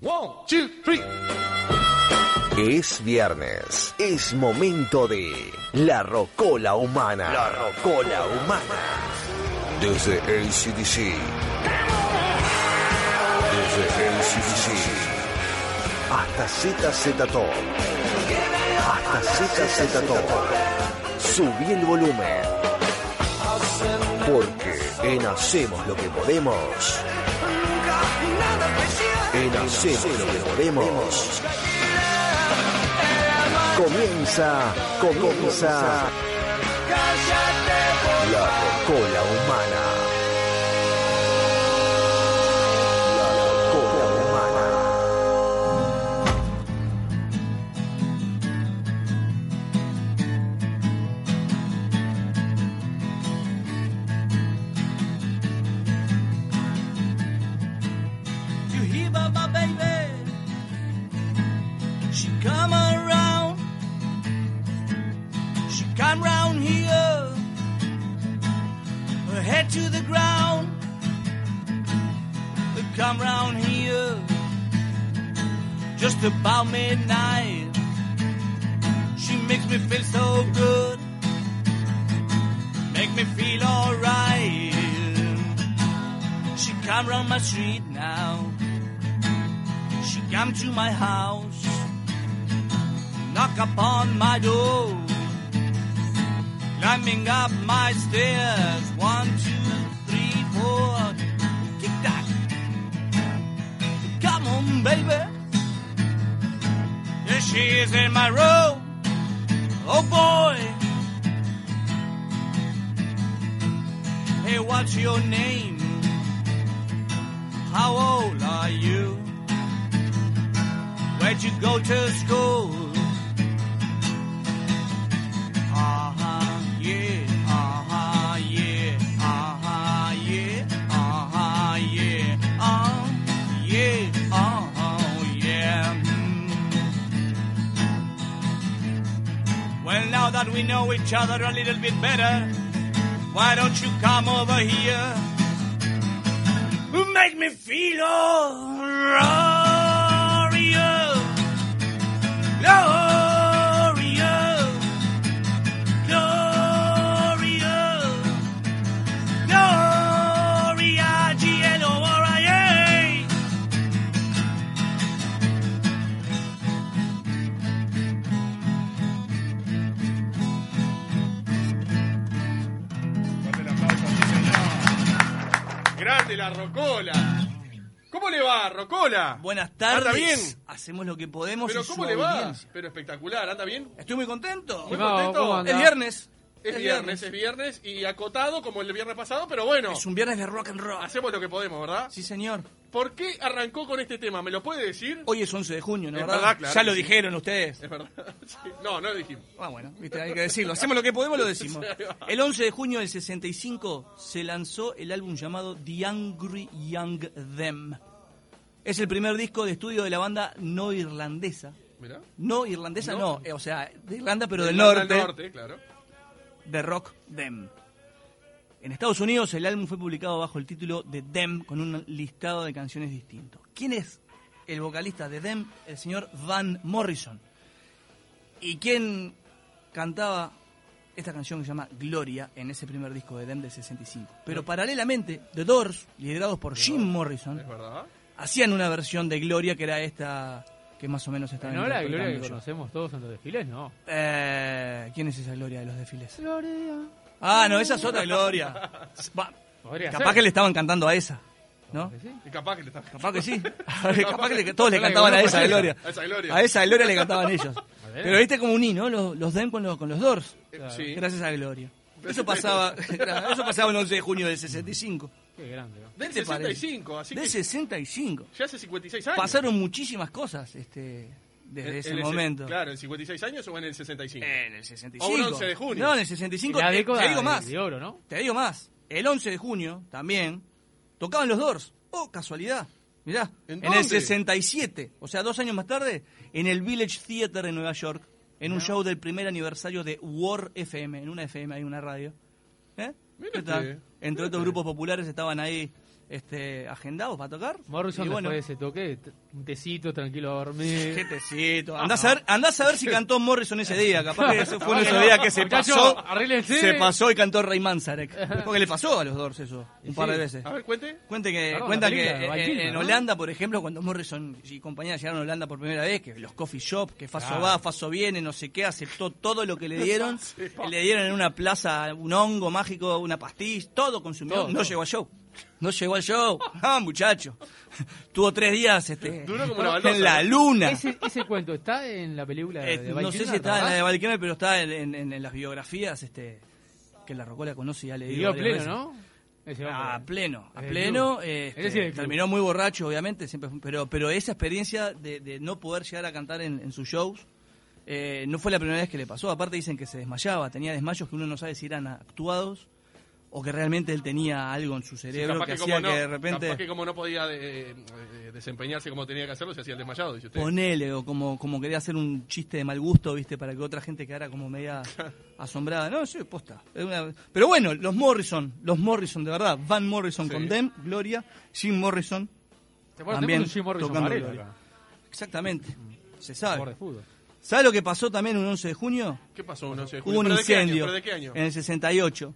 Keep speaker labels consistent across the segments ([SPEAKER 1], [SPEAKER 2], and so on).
[SPEAKER 1] One, two, three.
[SPEAKER 2] Es viernes, es momento de La Rocola Humana. La Rocola Humana. Desde ACDC. Desde ACDC. Hasta ZZ Top. Hasta ZZ Top. Subí el volumen. Porque en Hacemos lo que podemos. En Hacemos lo que podemos. Comienza, comienza. La cola humana. La cola humana.
[SPEAKER 3] You hear about my baby? She come around. She come round here. Her head to the ground. They come round here. Just about midnight. She makes me feel so good. Make me feel alright. She come round my street now. She come to my house, knock upon my door, climbing up my stairs. One, two, three, four, tick tock. Come on, baby. There she is in my room. Oh boy. Hey, what's your name? How old are you? Where'd you go to school? Uh-huh, yeah, uh-huh, yeah, uh-huh, yeah, uh-huh, yeah, uh, yeah, uh-huh, yeah. mm. Well, now that we know each other a little bit better, why don't you come over here? make me feel glorious, glorious, glorious, gloria, G-L-O-R-I-A.
[SPEAKER 1] Fuerte el aplauso, sí, señor. Grande la Rocola. ¿Cómo le va, Rocola?
[SPEAKER 3] Buenas tardes.
[SPEAKER 1] ¿Anda bien?
[SPEAKER 3] Hacemos lo que podemos.
[SPEAKER 1] Pero
[SPEAKER 3] y
[SPEAKER 1] ¿cómo
[SPEAKER 3] su
[SPEAKER 1] le va?
[SPEAKER 3] audiencia.
[SPEAKER 1] Pero espectacular, ¿anda bien?
[SPEAKER 3] Estoy muy contento.
[SPEAKER 1] Muy
[SPEAKER 4] Estimado,
[SPEAKER 1] contento.
[SPEAKER 4] ¿cómo anda?
[SPEAKER 3] Es viernes.
[SPEAKER 1] Es viernes, es viernes y acotado como el viernes pasado, pero bueno,
[SPEAKER 3] Es un viernes de rock and roll.
[SPEAKER 1] hacemos lo que podemos, ¿verdad?
[SPEAKER 3] Sí, señor.
[SPEAKER 1] ¿Por qué arrancó con este tema? ¿Me lo puede decir?
[SPEAKER 3] Hoy es 11 de junio, ¿no?
[SPEAKER 1] Es
[SPEAKER 3] ¿verdad?
[SPEAKER 1] verdad, claro
[SPEAKER 3] ya lo
[SPEAKER 1] que sí.
[SPEAKER 3] dijeron ustedes.
[SPEAKER 1] Es verdad. Sí. No, no lo dijimos.
[SPEAKER 3] Ah, bueno, viste, hay que decirlo. Hacemos lo que podemos, lo decimos. El 11 de junio del 65 se lanzó el álbum llamado The Angry Young Them. Es el primer disco de estudio de la banda no irlandesa.
[SPEAKER 1] Mirá.
[SPEAKER 3] No irlandesa, no, eh, o sea, de Irlanda, pero del,
[SPEAKER 1] Del
[SPEAKER 3] norte,
[SPEAKER 1] norte, claro.
[SPEAKER 3] de rock Them. En Estados Unidos el álbum fue publicado bajo el título de Them con un listado de canciones distintos. ¿Quién es el vocalista de Them? El señor Van Morrison. ¿Y quién cantaba esta canción que se llama Gloria en ese primer disco de Them del 65? Pero paralelamente, The Doors, liderados por Jim Morrison,
[SPEAKER 1] Es verdad.
[SPEAKER 3] hacían una versión de Gloria que era esta que más o menos estaba
[SPEAKER 4] No la gloria que
[SPEAKER 3] interpretando yo.
[SPEAKER 4] conocemos todos en los desfiles, no.
[SPEAKER 3] Eh, ¿Quién es esa Gloria de los desfiles?
[SPEAKER 4] Gloria.
[SPEAKER 3] Ah, no, esa es otra gloria. Va,
[SPEAKER 4] Podría
[SPEAKER 3] capaz
[SPEAKER 4] ser.
[SPEAKER 3] que le estaban cantando a esa, ¿no?
[SPEAKER 4] Sí.
[SPEAKER 1] Y capaz que le está...
[SPEAKER 3] Capaz que sí. capaz que le- todos le cantaban a esa gloria.
[SPEAKER 1] A esa gloria.
[SPEAKER 3] A esa gloria le cantaban ellos.
[SPEAKER 4] ver.
[SPEAKER 3] Pero viste como uní, ¿no? Los, los den con los, con los Doors.
[SPEAKER 1] Eh, Sí.
[SPEAKER 3] Gracias a Gloria. Eso pasaba, claro, eso pasaba el 11 de junio del 65.
[SPEAKER 4] Qué grande. ¿no?
[SPEAKER 1] Del
[SPEAKER 3] ¿Te parece?
[SPEAKER 1] 65, así que
[SPEAKER 3] Del 65.
[SPEAKER 1] ya hace 56 años.
[SPEAKER 3] Pasaron muchísimas cosas este,
[SPEAKER 1] En-
[SPEAKER 3] desde ese
[SPEAKER 1] en el se-
[SPEAKER 3] momento.
[SPEAKER 1] Claro, en 56 años o en el 65.
[SPEAKER 3] En el 65.
[SPEAKER 1] O un 11 de junio.
[SPEAKER 3] No, en el 65.
[SPEAKER 4] la
[SPEAKER 3] te-
[SPEAKER 4] década
[SPEAKER 3] eh, te digo
[SPEAKER 4] de-
[SPEAKER 3] más.
[SPEAKER 4] de oro, ¿no?
[SPEAKER 3] Te digo más, el 11 de junio también tocaban los Doors. Oh, casualidad. Mirá,
[SPEAKER 1] ¿En
[SPEAKER 3] ¿En,
[SPEAKER 1] dónde?
[SPEAKER 3] el 67, o sea, dos años más tarde, en el Village Theater en Nueva York, en un show del primer aniversario de War FM, en una FM, hay una radio. ¿Eh?
[SPEAKER 1] Mira usted,
[SPEAKER 3] ¿Qué
[SPEAKER 1] este.
[SPEAKER 3] tal? Entre otros grupos populares estaban ahí este, agendados para tocar.
[SPEAKER 4] Morrison
[SPEAKER 3] y bueno,
[SPEAKER 4] después de ese toque, t- un tecito, tranquilo, a dormir.
[SPEAKER 3] qué tecito.
[SPEAKER 1] Ah,
[SPEAKER 3] Andá a, saber, andá a saber si cantó Morrison ese día. Capaz que ese fue uno de esos
[SPEAKER 4] Ah, Bueno,
[SPEAKER 3] días que se
[SPEAKER 4] muchacho,
[SPEAKER 3] pasó.
[SPEAKER 4] arréglense.
[SPEAKER 3] Se pasó y cantó Ray Manzarek. Porque le pasó a los Doors eso, un
[SPEAKER 4] Y
[SPEAKER 3] par de
[SPEAKER 4] sí.
[SPEAKER 3] veces.
[SPEAKER 1] A ver, cuente.
[SPEAKER 3] Cuente que,
[SPEAKER 4] Perdón,
[SPEAKER 3] cuenta
[SPEAKER 4] la
[SPEAKER 3] que
[SPEAKER 4] película,
[SPEAKER 3] eh,
[SPEAKER 4] Van
[SPEAKER 3] eh,
[SPEAKER 4] Kilmer,
[SPEAKER 3] en
[SPEAKER 4] ¿no?
[SPEAKER 3] Holanda, por ejemplo, cuando Morrison y compañía llegaron a Holanda por primera vez, que los coffee shop, que Faso
[SPEAKER 4] Claro.
[SPEAKER 3] va, Faso viene, no sé qué, aceptó todo lo que le dieron. Le dieron en una plaza un hongo mágico, una pastilla, todo consumió.
[SPEAKER 4] Todo,
[SPEAKER 3] no
[SPEAKER 4] todo.
[SPEAKER 3] llegó al show. No llegó al show. Ah, muchacho. Tuvo tres días este,
[SPEAKER 1] Duró como una baldosa,
[SPEAKER 3] en la
[SPEAKER 1] ¿no?
[SPEAKER 3] luna.
[SPEAKER 4] Ese, ese cuento está en la película
[SPEAKER 3] Eh,
[SPEAKER 4] de
[SPEAKER 3] no sé si está en la de Val Kilmer, pero está en, en- en- en las biografías este, que la Rocola conoce y ha leído.
[SPEAKER 4] Dio
[SPEAKER 3] varias
[SPEAKER 4] pleno,
[SPEAKER 3] veces. Ah,
[SPEAKER 4] ¿no? Ese
[SPEAKER 3] A
[SPEAKER 4] hombre.
[SPEAKER 3] pleno, a
[SPEAKER 4] Del
[SPEAKER 3] pleno.
[SPEAKER 4] club.
[SPEAKER 3] eh,
[SPEAKER 4] Es
[SPEAKER 3] este,
[SPEAKER 4] decir, del club.
[SPEAKER 3] terminó muy borracho, obviamente, siempre, fue- pero, pero esa experiencia de, de no poder llegar a cantar en, en sus shows eh, no fue la primera vez que le pasó. Aparte dicen que se desmayaba, tenía desmayos que uno no sabe si eran actuados o que realmente él tenía algo en su cerebro
[SPEAKER 1] capaz
[SPEAKER 3] que,
[SPEAKER 1] que,
[SPEAKER 3] hacía
[SPEAKER 1] como no,
[SPEAKER 3] que de
[SPEAKER 1] capaz que
[SPEAKER 3] repente
[SPEAKER 1] como no podía eh, eh, desempeñarse como tenía que hacerlo, se hacía el desmayado, dice usted.
[SPEAKER 3] ponele o como, como quería hacer un chiste de mal gusto, viste, para que otra gente quedara como media asombrada. No, sí, posta. Es una- Pero bueno, los Morrison, los Morrison de verdad, Van Morrison
[SPEAKER 1] Sí.
[SPEAKER 3] con Dem, Gloria, Jim Morrison.
[SPEAKER 4] ¿Te acuerdas?
[SPEAKER 3] También
[SPEAKER 4] Tenemos un Jim Morrison
[SPEAKER 3] tocando
[SPEAKER 4] Varela
[SPEAKER 3] gloria.
[SPEAKER 4] acá,
[SPEAKER 3] Exactamente. Se
[SPEAKER 4] jugador de
[SPEAKER 3] sabe.
[SPEAKER 4] fútbol.
[SPEAKER 3] ¿Sabe lo que pasó también un 11 de junio?
[SPEAKER 1] ¿Qué pasó? No sé,
[SPEAKER 3] Hubo
[SPEAKER 1] Julio,
[SPEAKER 3] un
[SPEAKER 1] ¿pero de qué año?
[SPEAKER 3] incendio.
[SPEAKER 1] ¿Pero de qué año?
[SPEAKER 3] En el 68.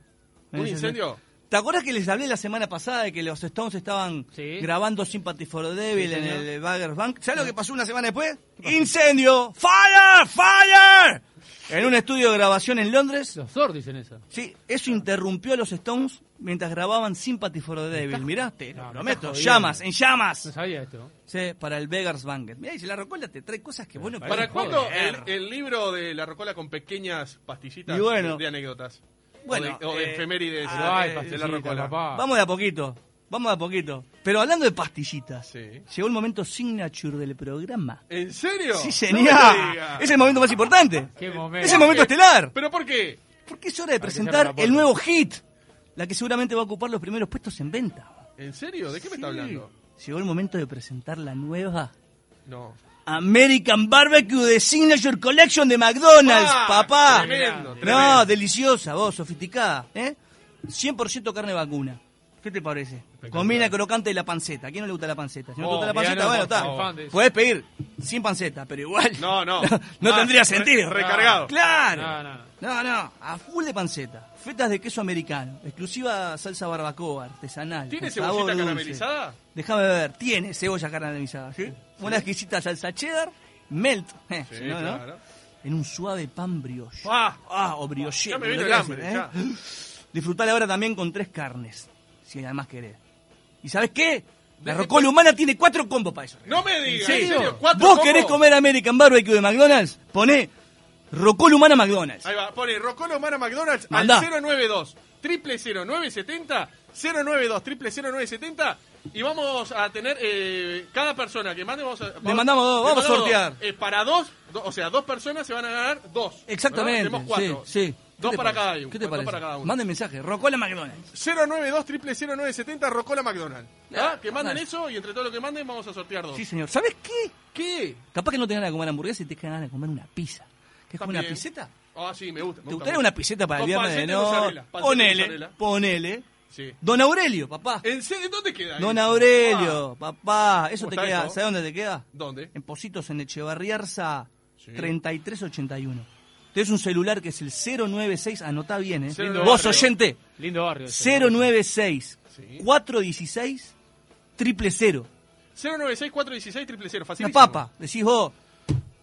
[SPEAKER 3] En
[SPEAKER 1] ¿Un
[SPEAKER 3] el
[SPEAKER 1] incendio?
[SPEAKER 3] 60. ¿Te acuerdas que les hablé la semana pasada de que los Stones estaban
[SPEAKER 4] Sí.
[SPEAKER 3] grabando Sympathy for the Devil
[SPEAKER 4] Sí,
[SPEAKER 3] en
[SPEAKER 4] señor.
[SPEAKER 3] el Bagger Bank? ¿Sabes lo que pasó una semana después? ¡Incendio! ¡Fire! ¡Fire! En un estudio de grabación en Londres.
[SPEAKER 4] Los sordos dicen eso.
[SPEAKER 3] Sí, eso interrumpió a los Stones mientras grababan Sympathy for the Devil. Mirá, te
[SPEAKER 4] No,
[SPEAKER 3] lo
[SPEAKER 4] me
[SPEAKER 3] prometo.
[SPEAKER 4] estás
[SPEAKER 3] Llamas, en
[SPEAKER 4] jodiendo.
[SPEAKER 3] llamas.
[SPEAKER 4] No sabía esto.
[SPEAKER 3] Sí, para el Beggars Banquet. Mira, y si la rocola te trae cosas que bueno
[SPEAKER 1] ¿Para
[SPEAKER 4] Parece
[SPEAKER 1] cuándo el,
[SPEAKER 3] joder.
[SPEAKER 1] el libro de la Rocola con pequeñas pastillitas
[SPEAKER 3] Y bueno.
[SPEAKER 1] de anécdotas? O
[SPEAKER 3] Bueno,
[SPEAKER 1] de- o de,
[SPEAKER 3] eh,
[SPEAKER 1] efemérides
[SPEAKER 3] ah,
[SPEAKER 1] de-
[SPEAKER 4] Pero hay
[SPEAKER 1] de,
[SPEAKER 4] pastillitas,
[SPEAKER 1] la Rocola.
[SPEAKER 4] papá.
[SPEAKER 3] Vamos de a poquito, vamos de a poquito. Pero hablando de pastillitas,
[SPEAKER 1] Sí.
[SPEAKER 3] llegó el momento signature del programa.
[SPEAKER 1] ¿En serio?
[SPEAKER 3] Sí,
[SPEAKER 1] No
[SPEAKER 3] señor.
[SPEAKER 1] me diga.
[SPEAKER 3] es el momento más importante.
[SPEAKER 4] Qué
[SPEAKER 3] Es
[SPEAKER 4] momento.
[SPEAKER 3] el momento estelar.
[SPEAKER 1] ¿Pero por qué?
[SPEAKER 3] Porque es hora de
[SPEAKER 4] Para que
[SPEAKER 3] presentar
[SPEAKER 4] cierre la
[SPEAKER 3] el
[SPEAKER 4] puerta.
[SPEAKER 3] nuevo hit, la que seguramente va a ocupar los primeros puestos en venta.
[SPEAKER 1] ¿En serio? ¿De qué me está
[SPEAKER 3] Sí.
[SPEAKER 1] hablando?
[SPEAKER 3] Llegó el momento de presentar la nueva
[SPEAKER 1] No.
[SPEAKER 3] American Barbecue de Signature Collection de McDonald's,
[SPEAKER 1] Ah,
[SPEAKER 3] papá.
[SPEAKER 1] tremendo,
[SPEAKER 3] no,
[SPEAKER 1] tremendo.
[SPEAKER 3] deliciosa, vos, sofisticada, ¿eh? 100% carne vacuna. ¿Qué te parece? Combina crocante y la panceta. ¿A quién no le gusta la panceta? Si no
[SPEAKER 1] Oh,
[SPEAKER 3] te gusta la panceta,
[SPEAKER 4] mirá, no,
[SPEAKER 3] bueno,
[SPEAKER 4] por favor.
[SPEAKER 3] está. Puedes pedir sin panceta, pero igual.
[SPEAKER 1] No, no.
[SPEAKER 3] No,
[SPEAKER 1] Ah,
[SPEAKER 3] tendría
[SPEAKER 1] re-
[SPEAKER 3] sentido.
[SPEAKER 1] recargado.
[SPEAKER 3] Claro.
[SPEAKER 4] No, no, no.
[SPEAKER 3] No, no, a full de panceta. Fetas de queso americano. Exclusiva salsa barbacoa, artesanal.
[SPEAKER 1] ¿Tiene
[SPEAKER 3] con
[SPEAKER 1] cebollita
[SPEAKER 3] sabor dulce.
[SPEAKER 1] caramelizada?
[SPEAKER 3] Déjame ver, tiene cebolla caramelizada. ¿sí? Una exquisita salsa cheddar, melt. eh,
[SPEAKER 1] Sí,
[SPEAKER 3] si no, ¿no?
[SPEAKER 1] claro.
[SPEAKER 3] En un suave pan brioche.
[SPEAKER 1] Ah,
[SPEAKER 3] Ah, o brioche.
[SPEAKER 1] ya me
[SPEAKER 3] lo
[SPEAKER 1] vino
[SPEAKER 3] que
[SPEAKER 1] el
[SPEAKER 3] iba a decir,
[SPEAKER 1] hambre,
[SPEAKER 3] ¿eh?
[SPEAKER 1] ya.
[SPEAKER 3] Disfrutala ahora también con tres carnes, si además querés. ¿Y sabes qué? La rocola humana tiene cuatro combos para eso.
[SPEAKER 1] No me digas.
[SPEAKER 3] Sí.
[SPEAKER 1] ¿En serio?
[SPEAKER 3] ¿Vos
[SPEAKER 1] ¿Cuatro combos?
[SPEAKER 3] querés comer American Barbecue de McDonald's? Poné rocola humana McDonald's.
[SPEAKER 1] Ahí va, pone Rocolo Mara McDonald's
[SPEAKER 3] Mandá.
[SPEAKER 1] al 092 triple 0970 092 triple 0970 y vamos a tener eh, cada persona que mande vamos a vamos-
[SPEAKER 3] mandamos dos,
[SPEAKER 1] le
[SPEAKER 3] vamos a
[SPEAKER 1] mandamos
[SPEAKER 3] sortear.
[SPEAKER 1] dos. Eh, para dos, do- o sea, dos personas se van a ganar dos.
[SPEAKER 3] Exactamente.
[SPEAKER 1] ¿verdad? Tenemos cuatro.
[SPEAKER 3] Sí, sí. ¿Qué
[SPEAKER 1] Dos
[SPEAKER 3] te
[SPEAKER 1] para
[SPEAKER 3] parece?
[SPEAKER 1] cada uno.
[SPEAKER 3] ¿Qué te
[SPEAKER 1] dos
[SPEAKER 3] parece?
[SPEAKER 1] para cada uno.
[SPEAKER 3] Manden mensaje, rocola McDonald's.
[SPEAKER 1] 092 triple 0970 Rocola McDonald's. ¿verdad?
[SPEAKER 3] Ah,
[SPEAKER 1] que manden
[SPEAKER 3] nice.
[SPEAKER 1] eso y entre todo lo que manden vamos a sortear dos.
[SPEAKER 3] Sí, señor. ¿Sabes qué?
[SPEAKER 1] ¿Qué?
[SPEAKER 3] Capaz que no te ganas de comer hamburguesa y te ganas de comer una pizza. ¿Qué es como una
[SPEAKER 1] También.
[SPEAKER 3] piseta?
[SPEAKER 1] Ah, sí, me gusta. me gusta
[SPEAKER 3] ¿Te gustaría
[SPEAKER 1] mucho.
[SPEAKER 3] una piseta para el
[SPEAKER 1] Con
[SPEAKER 3] viernes de
[SPEAKER 1] panceta y
[SPEAKER 3] no?
[SPEAKER 1] mozzarella, panceta y
[SPEAKER 3] Ponele,
[SPEAKER 1] mozzarella.
[SPEAKER 3] ponele.
[SPEAKER 1] Sí.
[SPEAKER 3] Don Aurelio, papá.
[SPEAKER 1] ¿En serio? ¿Dónde queda?
[SPEAKER 3] Don
[SPEAKER 1] eso?
[SPEAKER 3] Aurelio, papá. Eso
[SPEAKER 1] Ah. ¿Cómo
[SPEAKER 3] te
[SPEAKER 1] está
[SPEAKER 3] queda.
[SPEAKER 1] eso?
[SPEAKER 3] ¿Sabes dónde te queda?
[SPEAKER 1] Ah, ¿Dónde?
[SPEAKER 3] En Positos, en Echevarriarza
[SPEAKER 1] Sí.
[SPEAKER 3] 3381. Tenés un celular que es el 096. Anotá bien, ¿eh?
[SPEAKER 1] Lindo
[SPEAKER 3] Vos,
[SPEAKER 1] barrio.
[SPEAKER 3] oyente.
[SPEAKER 4] Lindo barrio. ese.
[SPEAKER 3] 096
[SPEAKER 1] Sí.
[SPEAKER 3] 416 triple cero.
[SPEAKER 1] 096 416 000,
[SPEAKER 3] Una
[SPEAKER 1] facilísimo.
[SPEAKER 3] papa. Decís vos,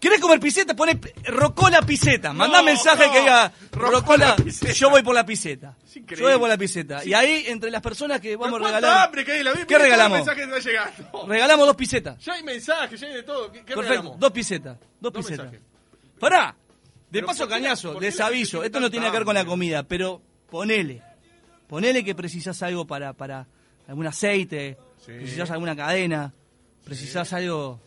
[SPEAKER 3] ¿querés comer piseta? Poné p- rocola piseta. Mandá
[SPEAKER 1] No,
[SPEAKER 3] mensaje
[SPEAKER 1] no.
[SPEAKER 3] que diga
[SPEAKER 1] Rocola
[SPEAKER 3] rocola.
[SPEAKER 1] piseta.
[SPEAKER 3] Yo voy por la piseta.
[SPEAKER 1] Es
[SPEAKER 3] Yo
[SPEAKER 1] increíble.
[SPEAKER 3] voy por la piseta. Y ahí, entre las personas que
[SPEAKER 1] Pero
[SPEAKER 3] vamos a
[SPEAKER 1] cuánta
[SPEAKER 3] regalar.
[SPEAKER 1] hambre que hay en la vida.
[SPEAKER 3] ¿Qué
[SPEAKER 1] Mirá todos
[SPEAKER 3] regalamos?
[SPEAKER 1] los mensajes que están llegando.
[SPEAKER 3] Regalamos dos pisetas.
[SPEAKER 1] Ya hay mensajes, ya hay de todo. ¿Qué, qué
[SPEAKER 3] Perfecto,
[SPEAKER 1] regalamos?
[SPEAKER 3] dos pisetas.
[SPEAKER 1] Dos
[SPEAKER 3] Dos, pisetas.
[SPEAKER 1] mensajes.
[SPEAKER 3] Pará. De
[SPEAKER 1] Pero
[SPEAKER 3] paso,
[SPEAKER 1] ¿por qué la-
[SPEAKER 3] cañazo,
[SPEAKER 1] por qué
[SPEAKER 3] les
[SPEAKER 1] la gente
[SPEAKER 3] aviso.
[SPEAKER 1] tiene
[SPEAKER 3] Esto no
[SPEAKER 1] tanta
[SPEAKER 3] tiene que ver con la
[SPEAKER 1] hambre?
[SPEAKER 3] comida, pero ponele. Ponele que precisás algo para, para algún aceite,
[SPEAKER 1] Sí.
[SPEAKER 3] precisás alguna cadena, precisás algo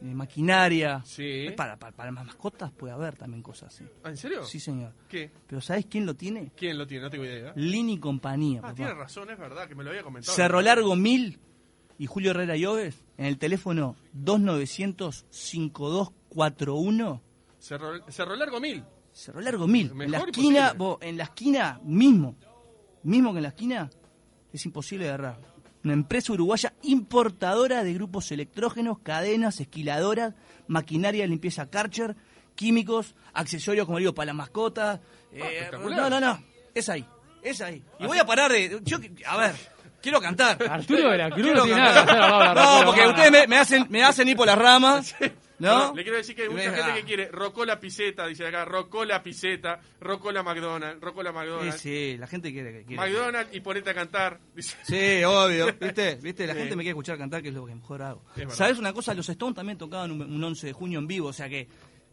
[SPEAKER 3] de maquinaria.
[SPEAKER 1] Sí.
[SPEAKER 3] Para, para, para las mascotas puede haber también cosas así.
[SPEAKER 1] Ah, ¿En serio?
[SPEAKER 3] Sí, señor.
[SPEAKER 1] ¿Qué?
[SPEAKER 3] Pero ¿sabés quién lo tiene?
[SPEAKER 1] ¿Quién lo tiene? No tengo idea.
[SPEAKER 3] Lini y compañía.
[SPEAKER 1] Ah,
[SPEAKER 3] papá.
[SPEAKER 1] tiene razón, es verdad, que me lo había comentado.
[SPEAKER 3] Cerro Largo 1000 y Julio Herrera Lloves en el teléfono 2900 5241.
[SPEAKER 1] Cerro, Cerro Largo 1000.
[SPEAKER 3] Cerro Largo 1000. En la
[SPEAKER 1] Mejor
[SPEAKER 3] esquina,
[SPEAKER 1] imposible.
[SPEAKER 3] vos, en la esquina mismo. Mismo que en la esquina es imposible agarrar. Una empresa uruguaya importadora de grupos electrógenos, cadenas, esquiladoras, maquinaria de limpieza Karcher, químicos, accesorios, como digo, para las mascotas. eh,
[SPEAKER 1] Ah, espectacular. Ah,
[SPEAKER 3] no, no, no. Es ahí. Es ahí. Y voy a parar de. yo que- a ver, quiero cantar.
[SPEAKER 4] Arturo de la Cruz
[SPEAKER 3] Quiero
[SPEAKER 4] no tiene nada
[SPEAKER 3] cantar.
[SPEAKER 4] que hacer, va, la
[SPEAKER 3] No,
[SPEAKER 4] rocola
[SPEAKER 3] porque
[SPEAKER 4] humana.
[SPEAKER 3] ustedes me, me hacen, me hacen ir por las ramas. ¿No?
[SPEAKER 1] Le quiero decir que hay
[SPEAKER 3] Y me
[SPEAKER 1] mucha
[SPEAKER 3] dicen,
[SPEAKER 1] gente
[SPEAKER 3] "Ah".
[SPEAKER 1] que quiere Rocola Piseta, dice acá, Rocola Piseta, Rocola McDonald's, Rocola McDonald's,
[SPEAKER 3] Sí, sí, la gente quiere que quiere.
[SPEAKER 1] McDonald's y ponete a cantar. Dice,
[SPEAKER 3] Sí, obvio. ¿Viste? ¿Viste? La
[SPEAKER 1] Sí.
[SPEAKER 3] gente me quiere escuchar cantar, que es lo que mejor hago.
[SPEAKER 1] verdad.
[SPEAKER 3] ¿Sabes una cosa? Los Stones también tocaban un, un 11 de junio en vivo, o sea que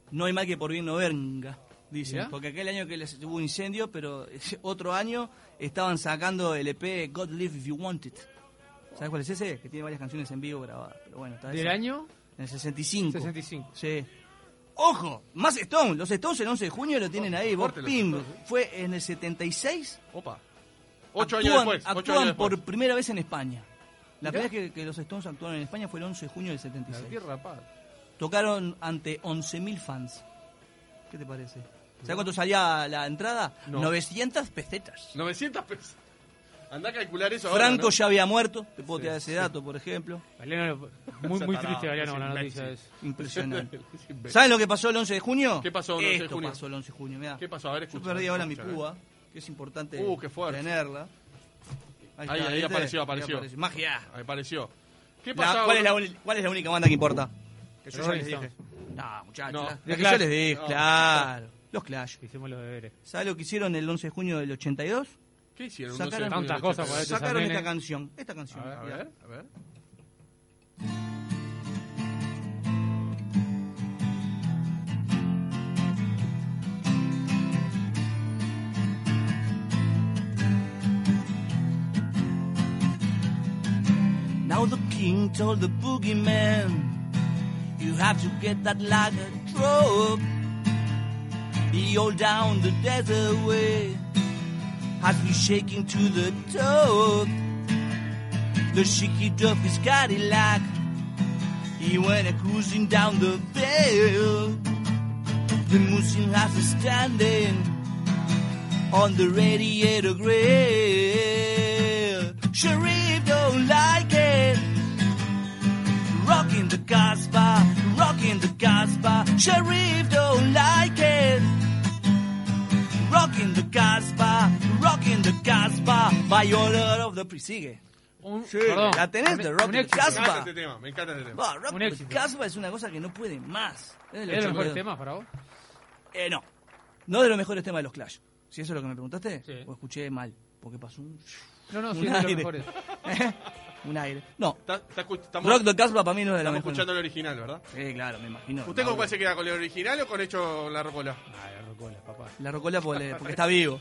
[SPEAKER 3] no hay mal que por bien no venga, dicen.
[SPEAKER 4] Mirá.
[SPEAKER 3] Porque aquel año que les hubo un incendio, pero ese otro año estaban sacando el EP God Live If You Want It. ¿Sabes cuál es ese? Que tiene varias canciones en vivo grabadas. Pero bueno, está
[SPEAKER 4] ¿Del
[SPEAKER 3] ese.
[SPEAKER 4] año?
[SPEAKER 3] En el 65.
[SPEAKER 4] 65.
[SPEAKER 3] Sí. ¡Ojo! Más Stones. Los Stones el 11 de junio lo tienen ahí. Vos,
[SPEAKER 1] fuerte los
[SPEAKER 3] pim.
[SPEAKER 1] Stones,
[SPEAKER 3] Fue en el 76
[SPEAKER 1] opa. Ocho
[SPEAKER 3] actúan,
[SPEAKER 1] años después. ocho
[SPEAKER 3] actúan
[SPEAKER 1] años después.
[SPEAKER 3] por primera vez en España. La primera vez que, que los Stones actuaron en España fue el 11 de junio del
[SPEAKER 4] La
[SPEAKER 3] 76.
[SPEAKER 4] tierra, pa.
[SPEAKER 3] Tocaron ante 11.000 fans. ¿Qué te parece? ¿Sabes cuánto salía la entrada?
[SPEAKER 1] No.
[SPEAKER 3] 900 pesetas.
[SPEAKER 1] 900 pesos. Andá a calcular eso ahora,
[SPEAKER 3] Franco
[SPEAKER 1] ¿no?
[SPEAKER 3] ya había muerto, te puedo tirar ese dato, por ejemplo.
[SPEAKER 4] Galeano, muy, muy triste Galeano con la noticia
[SPEAKER 1] imbécil.
[SPEAKER 4] esa.
[SPEAKER 3] Impresionante.
[SPEAKER 1] Es imbécil.
[SPEAKER 3] ¿Saben lo que pasó el 11 de junio?
[SPEAKER 1] ¿Qué pasó el 11 de
[SPEAKER 3] Esto
[SPEAKER 1] junio?
[SPEAKER 3] pasó el 11 de junio, mirá.
[SPEAKER 1] ¿Qué pasó? A ver,
[SPEAKER 3] Yo
[SPEAKER 1] escucha,
[SPEAKER 3] perdí ahora mi
[SPEAKER 1] escucha,
[SPEAKER 3] púa, que es importante
[SPEAKER 1] Uh, qué fuerte.
[SPEAKER 3] tenerla.
[SPEAKER 1] Ahí,
[SPEAKER 3] está,
[SPEAKER 1] ahí
[SPEAKER 3] ¿viste?
[SPEAKER 1] apareció, apareció.
[SPEAKER 3] Magia.
[SPEAKER 1] Ahí apareció. ¿Qué
[SPEAKER 3] La-
[SPEAKER 1] pasaba?
[SPEAKER 3] ¿cuál, es la, uni- cuál es la única banda que importa? Que
[SPEAKER 4] yo ya Rolling les dije.
[SPEAKER 3] No, muchachos.
[SPEAKER 1] No.
[SPEAKER 3] la-
[SPEAKER 1] The
[SPEAKER 3] La que
[SPEAKER 4] Clash.
[SPEAKER 3] yo les dije,
[SPEAKER 1] No.
[SPEAKER 3] claro. Los Clash.
[SPEAKER 4] Hicimos los deberes.
[SPEAKER 3] ¿Sabes lo que hicieron el 11 de junio del 82?
[SPEAKER 1] ¿Qué hicieron?
[SPEAKER 3] Sacaron-
[SPEAKER 1] No sé,
[SPEAKER 4] Tantas cosas,
[SPEAKER 1] a ver,
[SPEAKER 4] Estos
[SPEAKER 3] Sacaron
[SPEAKER 4] nenes.
[SPEAKER 3] esta canción. Esta canción.
[SPEAKER 1] este A
[SPEAKER 3] mirá.
[SPEAKER 1] ver, a ver.
[SPEAKER 3] Now the king told the boogeyman, You have to get that lager drove. You're down the desert way, has me shaking to the top. The shaky duff is Cadillac, he went a cruising down the vale. The museum has a standing on the radiator grill. Sharif don't like it. Rocking the Casbah, rocking the Casbah. Sharif don't like it. Rocking the Casbah, rocking the Casbah. By order of the Presigue.
[SPEAKER 4] Un,
[SPEAKER 3] Sí,
[SPEAKER 4] perdón.
[SPEAKER 3] la tenés de
[SPEAKER 4] Un
[SPEAKER 3] Rocky
[SPEAKER 4] éxito.
[SPEAKER 1] Me encanta
[SPEAKER 3] Casbah.
[SPEAKER 1] este tema, me encanta este tema.
[SPEAKER 3] Bah, rock
[SPEAKER 4] Un
[SPEAKER 3] the
[SPEAKER 4] éxito.
[SPEAKER 3] Casbah es una cosa que no puede más. de los
[SPEAKER 4] ¿Es el mejor
[SPEAKER 3] 82.
[SPEAKER 4] tema para vos?
[SPEAKER 3] Eh, no. No de los mejores temas de los Clash. Si eso es lo que me preguntaste,
[SPEAKER 4] Sí.
[SPEAKER 3] o escuché mal, porque pasó un,
[SPEAKER 4] No, no, sí,
[SPEAKER 3] un
[SPEAKER 4] es de los
[SPEAKER 3] aire.
[SPEAKER 4] mejores.
[SPEAKER 3] un aire. No,
[SPEAKER 1] Está- está escu- estamos
[SPEAKER 3] Rock the Casbah para mí no es de la
[SPEAKER 1] estamos
[SPEAKER 3] mejor.
[SPEAKER 1] escuchando el original, ¿verdad?
[SPEAKER 3] Sí, claro, me imagino.
[SPEAKER 1] ¿Usted
[SPEAKER 3] La-
[SPEAKER 1] con cuál se queda? ¿Con el original o con hecho la rocola?
[SPEAKER 4] Ah, la rocola, papá.
[SPEAKER 3] La Rocola porque, le- porque está vivo.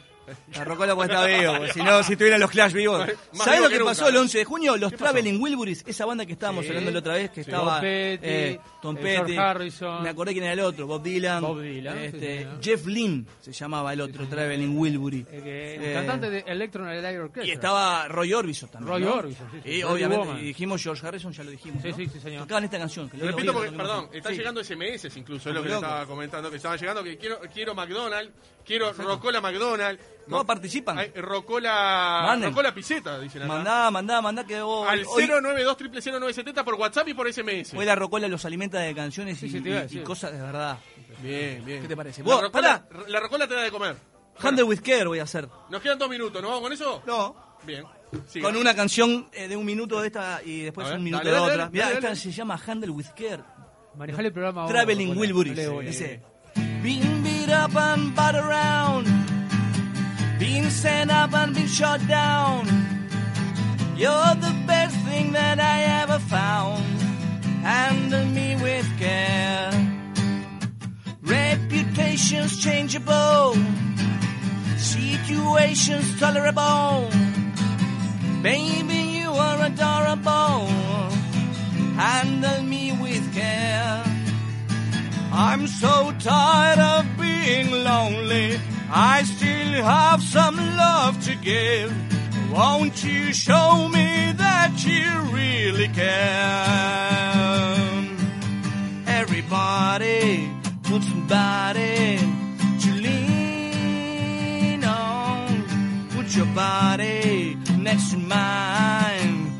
[SPEAKER 3] La Rocola porque está vivo. porque si no, si tuvieran los Clash vivos.
[SPEAKER 1] Más
[SPEAKER 3] ¿Sabés
[SPEAKER 1] vivo
[SPEAKER 3] lo
[SPEAKER 1] que
[SPEAKER 3] que
[SPEAKER 1] nunca.
[SPEAKER 3] pasó el 11 de junio? Los
[SPEAKER 1] ¿Qué pasó?
[SPEAKER 3] Traveling Wilburys, esa banda que estábamos
[SPEAKER 4] Sí.
[SPEAKER 3] hablando la otra vez, que
[SPEAKER 1] Sí.
[SPEAKER 3] estaba
[SPEAKER 4] Tom Petty,
[SPEAKER 3] eh, Tom
[SPEAKER 4] eh,
[SPEAKER 3] Petty,
[SPEAKER 4] George Harrison.
[SPEAKER 3] Me acordé quién era el otro, Bob Dylan.
[SPEAKER 4] Bob Dylan, sí,
[SPEAKER 3] este,
[SPEAKER 4] señor.
[SPEAKER 3] Jeff Lynn se llamaba el otro, Traveling Wilbury.
[SPEAKER 4] Eh, que
[SPEAKER 3] Eh,
[SPEAKER 4] el cantante de Electron Light Orchestra.
[SPEAKER 3] Y estaba Roy Orbison también.
[SPEAKER 4] Roy
[SPEAKER 3] ¿no?
[SPEAKER 4] Orbison, sí, sí.
[SPEAKER 3] Y
[SPEAKER 4] Roy
[SPEAKER 3] obviamente,
[SPEAKER 4] Woman.
[SPEAKER 3] y dijimos George Harrison, ya lo dijimos.
[SPEAKER 4] Sí,
[SPEAKER 3] ¿no?
[SPEAKER 4] sí, sí, señor.
[SPEAKER 3] Tocaban esta canción. Que lo
[SPEAKER 1] Repito
[SPEAKER 3] digo,
[SPEAKER 1] porque,
[SPEAKER 3] lo digo.
[SPEAKER 1] perdón, están
[SPEAKER 3] Sí.
[SPEAKER 1] llegando SMS incluso, es lo que le
[SPEAKER 3] Loco.
[SPEAKER 1] estaba comentando, que estaban llegando, que quiero, quiero McDonald's, quiero Rocola McDonald's.
[SPEAKER 3] No,
[SPEAKER 1] Ma-
[SPEAKER 3] participan.
[SPEAKER 1] Ay, Rocola,
[SPEAKER 3] Manden.
[SPEAKER 1] Rocola Piseta, dicen acá.
[SPEAKER 3] Mandá, mandá, mandá que vos.
[SPEAKER 1] Al
[SPEAKER 3] hoy-
[SPEAKER 1] 092000970 por WhatsApp y por SMS.
[SPEAKER 3] Hoy la Rocola los alimenta de canciones
[SPEAKER 4] Sí,
[SPEAKER 3] y,
[SPEAKER 4] sí, te iba a
[SPEAKER 3] y-
[SPEAKER 4] decir.
[SPEAKER 3] y cosas de verdad.
[SPEAKER 1] Bien, bien.
[SPEAKER 3] ¿Qué te parece?
[SPEAKER 1] La
[SPEAKER 3] Vos,
[SPEAKER 1] Rocola, la Rocola te da de comer.
[SPEAKER 3] Handle with Care voy a hacer.
[SPEAKER 1] Nos quedan dos minutos, ¿nos vamos con eso?
[SPEAKER 3] No.
[SPEAKER 1] Bien. siga.
[SPEAKER 3] Con una canción eh, de un minuto de esta y después
[SPEAKER 1] A ver,
[SPEAKER 3] un minuto
[SPEAKER 1] dale,
[SPEAKER 3] de
[SPEAKER 1] dale,
[SPEAKER 3] otra.
[SPEAKER 1] dale,
[SPEAKER 3] Mirá,
[SPEAKER 1] dale,
[SPEAKER 3] esta
[SPEAKER 1] dale.
[SPEAKER 3] se llama Handle with Care.
[SPEAKER 4] Manejale el programa vos,
[SPEAKER 3] Traveling
[SPEAKER 4] rocola.
[SPEAKER 3] Wilburys.
[SPEAKER 4] No le voy a-
[SPEAKER 3] Dice. Being beat up and butt around. Being sent up and being shot down. You're the best thing that I ever found. Handle me with care. Reputations changeable. Situations tolerable. Baby, you are adorable. Handle me with care. I'm so tired of being lonely. I still have some love to give. Won't you show me that you really can? Everybody wants somebody to lean on. Put your body next to mine.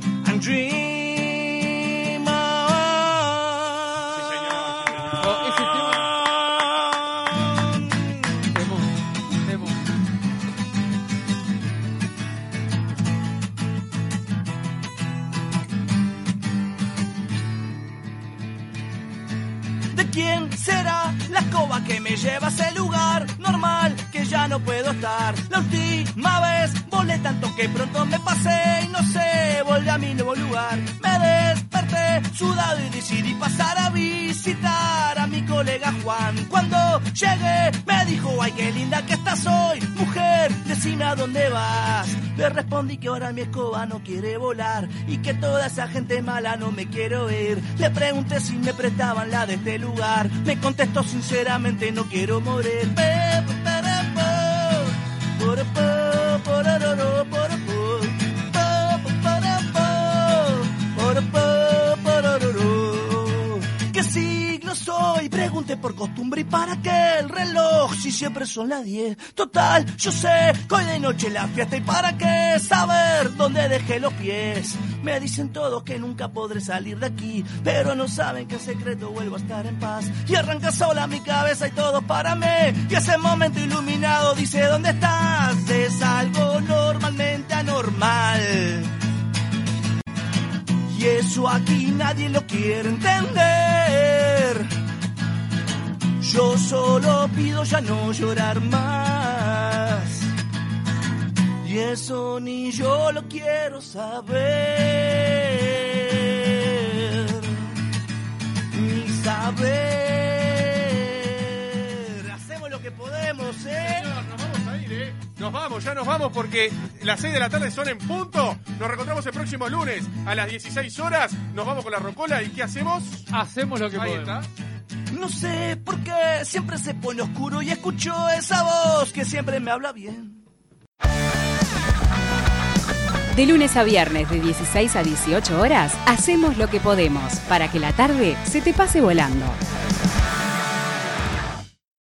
[SPEAKER 3] ¿De quién será la escoba que me lleva a ese lugar normal que ya no puedo estar? La última vez volé tanto que pronto me pasé y no sé, volví a mi nuevo lugar. Me desperté sudado y decidí pasar a visitar a mi colega Juan. Cuando llegué me dijo, ay, qué linda que estás hoy, mujer, decime a dónde vas. Le respondí que ahora mi escoba no quiere volar y que toda esa gente mala no me quiero ir. Le pregunté si me prestaban la de este lugar. Me contestó sinceramente, no quiero morir. Pe- parapo, poropo, porororo, poropo, popo, parapo, poropo, porororo. ¿Qué siglo soy? Pregunté por costumbre y para qué el reloj si siempre son las 10. Total, yo sé que hoy de noche la fiesta y para qué saber dónde dejé los pies. Me dicen todos que nunca podré salir de aquí, pero no saben que en secreto vuelvo a estar en paz. Y arranca sola mi cabeza y todo para mí. Y ese momento iluminado dice dónde estás. Es algo normalmente anormal. Y eso aquí nadie lo quiere entender. Yo solo pido ya no llorar más. Y eso ni yo lo quiero saber. Ni saber. Hacemos lo que podemos, ¿eh?
[SPEAKER 1] Señor, nos vamos a ir, ¿eh? Nos vamos, ya nos vamos porque las 6 de la tarde son en punto. Nos reencontramos el próximo lunes a las 16 horas. Nos vamos con la rocola y ¿qué hacemos?
[SPEAKER 4] Hacemos lo que
[SPEAKER 1] Ahí está.
[SPEAKER 4] podemos.
[SPEAKER 3] No sé por qué siempre se pone oscuro y escucho esa voz que siempre me habla bien.
[SPEAKER 5] De lunes a viernes de 16 a 18 horas, hacemos lo que podemos para que la tarde se te pase volando.